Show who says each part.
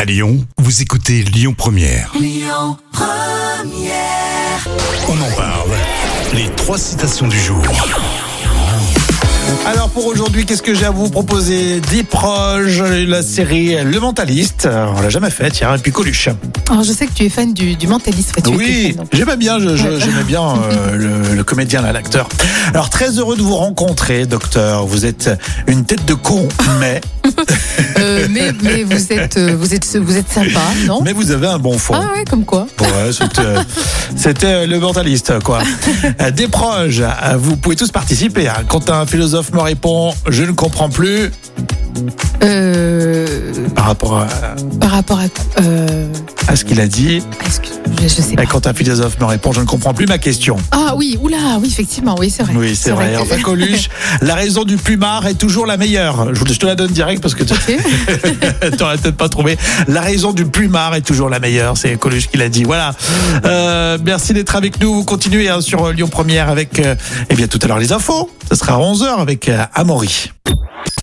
Speaker 1: À Lyon, vous écoutez Lyon Première. On en parle. Les trois citations du jour.
Speaker 2: Alors pour aujourd'hui, qu'est-ce que j'ai à vous proposer Des proches, la série Le Mentaliste, euh, on l'a jamais fait, tiens, et puis Coluche.
Speaker 3: Alors je sais que tu es fan du, du mentaliste. ouais, tu étais
Speaker 2: Oui,
Speaker 3: fan, donc.
Speaker 2: j'aimais bien, je- je- j'aimais bien euh, le, le comédien, là, l'acteur. Alors très heureux de vous rencontrer, docteur. Vous êtes une tête de con, mais
Speaker 3: Euh, mais mais vous êtes euh, vous êtes vous êtes sympa, non
Speaker 2: mais vous avez un bon fond.
Speaker 3: Oh. Ah ouais, comme quoi.
Speaker 2: Ouais, c'était, euh, C'était euh, le mentaliste, quoi. Euh, Des proches, euh, vous pouvez tous participer. hein. Quand un philosophe me répond, je ne comprends plus
Speaker 3: Euh,
Speaker 2: par rapport à,
Speaker 3: par rapport à euh,
Speaker 2: à ce qu'il a dit.
Speaker 3: est-ce que- je, je sais pas.
Speaker 2: Et Eh, quand un philosophe me répond, je ne comprends plus ma question.
Speaker 3: Ah oui, oula, oui effectivement, oui c'est vrai.
Speaker 2: Oui, c'est vrai.
Speaker 3: que-
Speaker 2: Enfin, Coluche, la raison du plumard est toujours la meilleure. Je vous- je te la donne direct parce que tu
Speaker 3: Ok.
Speaker 2: n'aurais peut-être pas trouvé. La raison du plumard est toujours la meilleure. C'est Coluche qui l'a dit. Voilà. Euh, merci d'être avec nous. Vous continuez hein, sur euh, Lyon Première avec, euh, eh bien, tout à l'heure les infos. Ce sera à 11h avec euh, Amaury.